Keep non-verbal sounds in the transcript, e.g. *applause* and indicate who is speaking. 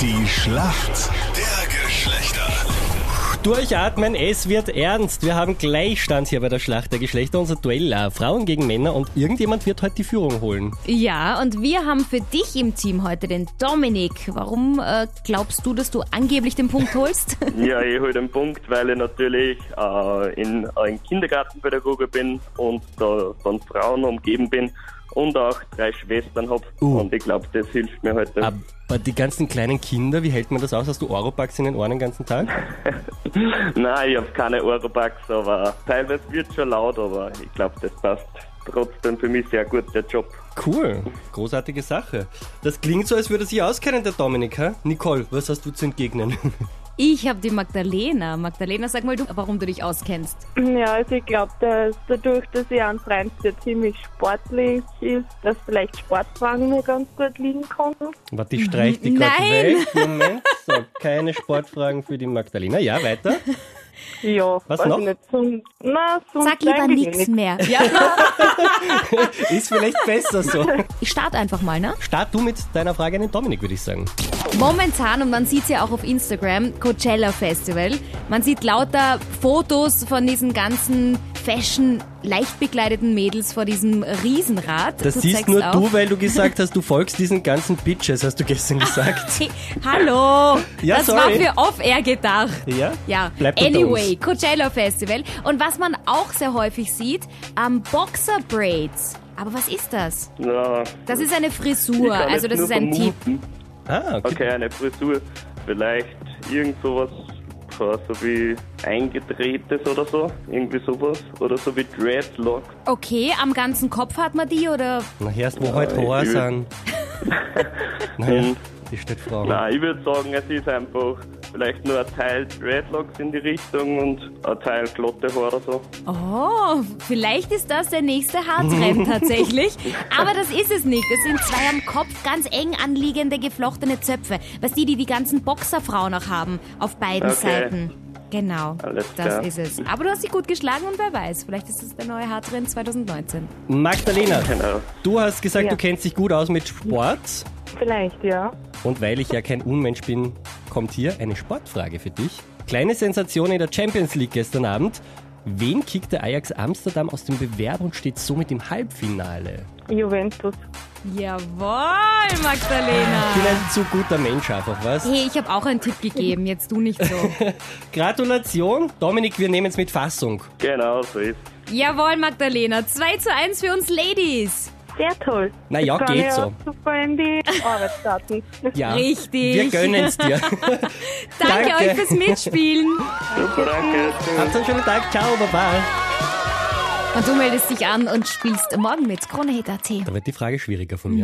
Speaker 1: Die Schlacht der Geschlechter.
Speaker 2: Durchatmen, es wird ernst. Wir haben Gleichstand hier bei der Schlacht der Geschlechter, unser Duell. äh, Frauen gegen Männer und irgendjemand wird heute die Führung holen.
Speaker 3: Ja, und wir haben für dich im Team heute den Dominik. Warum äh, glaubst du, dass du angeblich den Punkt holst? *laughs*
Speaker 4: Ja, ich hole den Punkt, weil ich natürlich äh, in, ein Kindergartenpädagoge bin und da von Frauen umgeben bin und auch drei Schwestern habe.
Speaker 2: Uh.
Speaker 4: Und ich glaube, das hilft mir heute.
Speaker 2: Aber die ganzen kleinen Kinder, wie hält man das aus? Hast du Oropax in den Ohren den ganzen Tag?
Speaker 4: Nein, ich habe keine Oropax, aber teilweise wird schon laut, aber ich glaube, das passt trotzdem für mich sehr gut, der Job.
Speaker 2: Cool, großartige Sache. Das klingt so, als würde sich auskennen, der Dominik. Hä? Nicole, was hast du zu entgegnen?
Speaker 3: Ich habe die Magdalena. Magdalena, sag mal du, warum du dich auskennst.
Speaker 5: Ja, also ich glaube, dass dadurch, dass ich einen Freund, der ziemlich sportlich ist, dass vielleicht Sportwagen mir ganz gut liegen kann.
Speaker 2: *laughs* Warte, ich streich die gerade
Speaker 3: Nein.
Speaker 2: weg. Moment, so, keine Sportfragen für die Magdalena. Ja, weiter.
Speaker 5: Ja,
Speaker 2: Was
Speaker 5: weiß
Speaker 2: noch?
Speaker 5: ich nicht. Zum, na, zum
Speaker 3: Sag lieber
Speaker 5: eigentlich
Speaker 3: nichts
Speaker 5: nicht.
Speaker 3: mehr. Ja.
Speaker 2: Ist vielleicht besser so.
Speaker 3: Ich starte einfach mal, ne?
Speaker 2: Start du mit deiner Frage an den Dominik, würde ich sagen.
Speaker 3: Momentan, und man sieht's ja auch auf Instagram, Coachella Festival. Man sieht lauter Fotos von diesen ganzen fashion, leicht bekleideten Mädels vor diesem Riesenrad.
Speaker 2: Das
Speaker 3: Du
Speaker 2: siehst
Speaker 3: zeigst
Speaker 2: nur
Speaker 3: auch.
Speaker 2: du, weil du gesagt
Speaker 3: *laughs*
Speaker 2: hast, du folgst diesen ganzen Bitches, hast du gestern
Speaker 3: Ah.
Speaker 2: gesagt.
Speaker 3: Hey, hallo!
Speaker 2: Ja,
Speaker 3: das
Speaker 2: sorry.
Speaker 3: war für off-air gedacht.
Speaker 2: Ja?
Speaker 3: Ja,
Speaker 2: Bleibt unter
Speaker 3: anyway, Coachella Festival. Und was man auch sehr häufig sieht, am Boxer Braids. Aber was ist das?
Speaker 4: Ja,
Speaker 3: Das ist eine
Speaker 4: ich
Speaker 3: Frisur,
Speaker 4: kann
Speaker 3: also
Speaker 4: es
Speaker 3: das
Speaker 4: nur
Speaker 3: ist ein Tipp.
Speaker 4: vermuten.
Speaker 2: Ah, okay.
Speaker 4: Okay, eine Frisur. Vielleicht irgend sowas, ja, so wie eingedrehtes oder so. Irgendwie sowas. Oder so wie Dreadlock.
Speaker 3: Okay, am ganzen Kopf hat man die oder?
Speaker 2: Na, erst wo heute Haar
Speaker 4: Äh, ich- *laughs* Hm.
Speaker 2: sind. naja, die steht Frau.
Speaker 4: Nein, ich würde sagen, es ist einfach vielleicht nur ein Teil Dreadlocks in die Richtung und ein Teil glatte Haare so.
Speaker 3: Oh, vielleicht ist das der nächste Haartrend tatsächlich. Aber das ist es nicht. Es sind zwei am Kopf ganz eng anliegende geflochtene Zöpfe. Was die, die die ganzen Boxerfrauen auch haben, auf beiden
Speaker 4: Okay.
Speaker 3: Seiten. Genau,
Speaker 4: Alles
Speaker 3: das
Speaker 4: klar.
Speaker 3: ist es. Aber du hast sie gut geschlagen und wer weiß, vielleicht ist es der neue Haartrend 2019.
Speaker 2: Magdalena,
Speaker 4: Genau.
Speaker 2: du hast gesagt,
Speaker 5: Ja.
Speaker 2: du kennst dich gut aus mit Sport.
Speaker 5: Vielleicht, ja.
Speaker 2: Und weil ich ja kein Unmensch bin, kommt hier eine Sportfrage für dich. Kleine Sensation in der Champions League gestern Abend. Wen kickte Ajax Amsterdam aus dem Bewerb und steht somit im Halbfinale?
Speaker 5: Juventus.
Speaker 3: Jawohl, Magdalena.
Speaker 2: Ich bin ein zu guter Mensch einfach, was?
Speaker 3: Hey, ich habe auch einen Tipp gegeben, jetzt du nicht so. *laughs*
Speaker 2: Gratulation, Dominik, wir nehmen es mit Fassung.
Speaker 4: Genau, so ist
Speaker 3: Jawohl, Magdalena. 2 zu 1 für uns Ladies.
Speaker 5: Sehr toll.
Speaker 2: Na ja,
Speaker 5: Jetzt kann
Speaker 2: geht
Speaker 5: ich
Speaker 2: so.
Speaker 5: auch Super in die *laughs* Arbeit starten.
Speaker 2: Ja,
Speaker 3: Richtig.
Speaker 2: Wir gönnen es dir.
Speaker 3: Danke,
Speaker 2: Danke.
Speaker 3: euch fürs Mitspielen.
Speaker 4: Super, danke.
Speaker 2: Habt einen schönen Tag. Ciao, Baba.
Speaker 3: Und du meldest dich an und spielst morgen mit KroneHit.at.
Speaker 2: Da wird die Frage schwieriger von mir.